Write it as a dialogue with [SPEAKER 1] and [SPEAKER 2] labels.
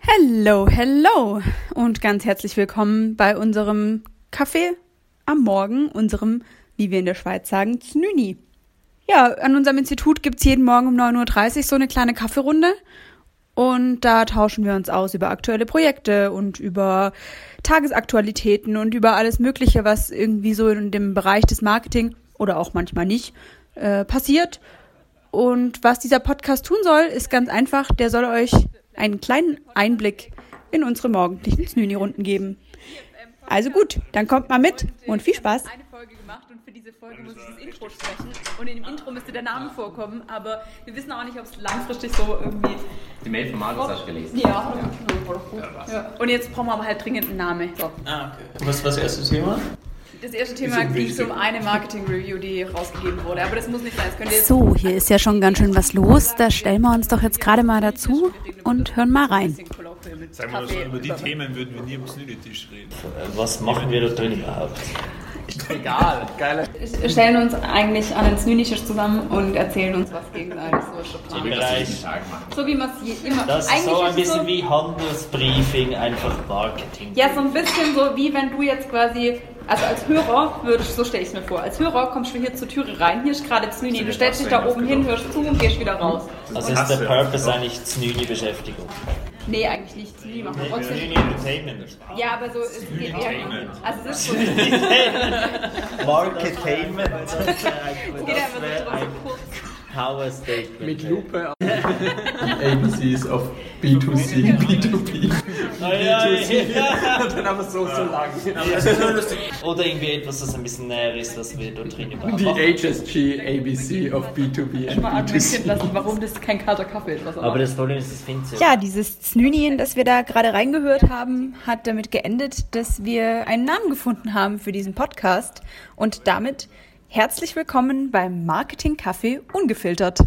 [SPEAKER 1] Hello, hello und ganz herzlich willkommen bei unserem Kaffee am Morgen, unserem, wie wir in der Schweiz sagen, Znüni. Ja, an unserem Institut gibt's jeden Morgen um 9.30 Uhr so eine kleine Kaffeerunde und da tauschen wir uns aus über aktuelle Projekte und über Tagesaktualitäten und über alles Mögliche, was irgendwie so in dem Bereich des Marketing oder auch manchmal nicht äh, passiert. Und was dieser Podcast tun soll, ist ganz einfach, der soll euch einen kleinen Einblick in unsere morgendlichen Snüni-Runden geben. Also gut, dann kommt mal mit und viel Spaß.
[SPEAKER 2] eine Folge gemacht und für diese Folge muss ich das Intro sprechen. Und in dem Intro müsste der Name vorkommen, aber wir wissen auch nicht, ob es langfristig so irgendwie.
[SPEAKER 3] Die Mail von Markus hast du gelesen.
[SPEAKER 2] Ja,
[SPEAKER 3] Ja, was?
[SPEAKER 2] ja. Und jetzt brauchen wir aber halt dringend einen Namen. So.
[SPEAKER 4] Ah, okay. Was war das erste Thema?
[SPEAKER 2] Das erste Thema ging um eine Marketing-Review, die rausgegeben wurde. Aber das muss nicht sein. Das könnt ihr jetzt
[SPEAKER 1] So, hier ist ja schon ganz schön was los. Da stellen wir uns doch jetzt gerade mal dazu und hören mal
[SPEAKER 2] ein
[SPEAKER 1] rein.
[SPEAKER 2] bisschen kolloquial mit
[SPEAKER 5] Sagen wir mal so,
[SPEAKER 2] Kaffee
[SPEAKER 5] über die
[SPEAKER 2] über-
[SPEAKER 5] Themen würden wir nie am Snüdeltisch reden.
[SPEAKER 4] Äh, Was machen wir da drin überhaupt?
[SPEAKER 3] Egal, geile.
[SPEAKER 2] Wir stellen uns eigentlich an den Snünitisch zusammen und erzählen uns was gegenseitig. So ist der Plan.
[SPEAKER 3] Ich will das jeden Tag machen.
[SPEAKER 2] So wie man es je immer.
[SPEAKER 4] Das ist so
[SPEAKER 2] es
[SPEAKER 4] ein bisschen wie Handelsbriefing, einfach Marketing.
[SPEAKER 2] Ja, so ein bisschen so wie wenn du jetzt quasi, also als Hörer würdest, so stelle ich es mir vor, als Hörer kommst du hier zur Türe rein, hier ist gerade Znüni, du stellst dich da oben
[SPEAKER 4] genau.
[SPEAKER 2] hin, hörst zu und gehst wieder raus.
[SPEAKER 4] Also ist
[SPEAKER 5] Und-
[SPEAKER 4] der
[SPEAKER 5] Hast du ja.
[SPEAKER 4] Purpose eigentlich Znüni Beschäftigung.
[SPEAKER 2] Nee, eigentlich nicht Znüni, machen wir
[SPEAKER 4] Znüni
[SPEAKER 2] trotzdem.
[SPEAKER 4] Entertainment.
[SPEAKER 2] Ja, aber so, es geht eher, also es ist so, es geht
[SPEAKER 4] Marketainment.
[SPEAKER 2] einfach so drüber, so kurz.
[SPEAKER 4] Power Statement.
[SPEAKER 6] Mit Lupe ABCs auf B2C, B2B. Und dann aber so, so lang.
[SPEAKER 4] Also, Oder irgendwie etwas, das ein bisschen näher ist, was wir da drin überhaupt
[SPEAKER 6] Die
[SPEAKER 4] machen.
[SPEAKER 6] HSG ABC auf B2B
[SPEAKER 2] mal
[SPEAKER 6] und
[SPEAKER 2] argumentieren
[SPEAKER 6] B2C.
[SPEAKER 2] lassen, warum das kein kalter Kaffee ist. Was er
[SPEAKER 4] Aber
[SPEAKER 2] macht.
[SPEAKER 4] das Problem ist, das findest du.
[SPEAKER 1] Ja, dieses Znüni, in das wir da gerade reingehört haben, hat damit geendet, dass wir einen Namen gefunden haben für diesen Podcast. Und damit herzlich willkommen beim Marketing Kaffee Ungefiltert.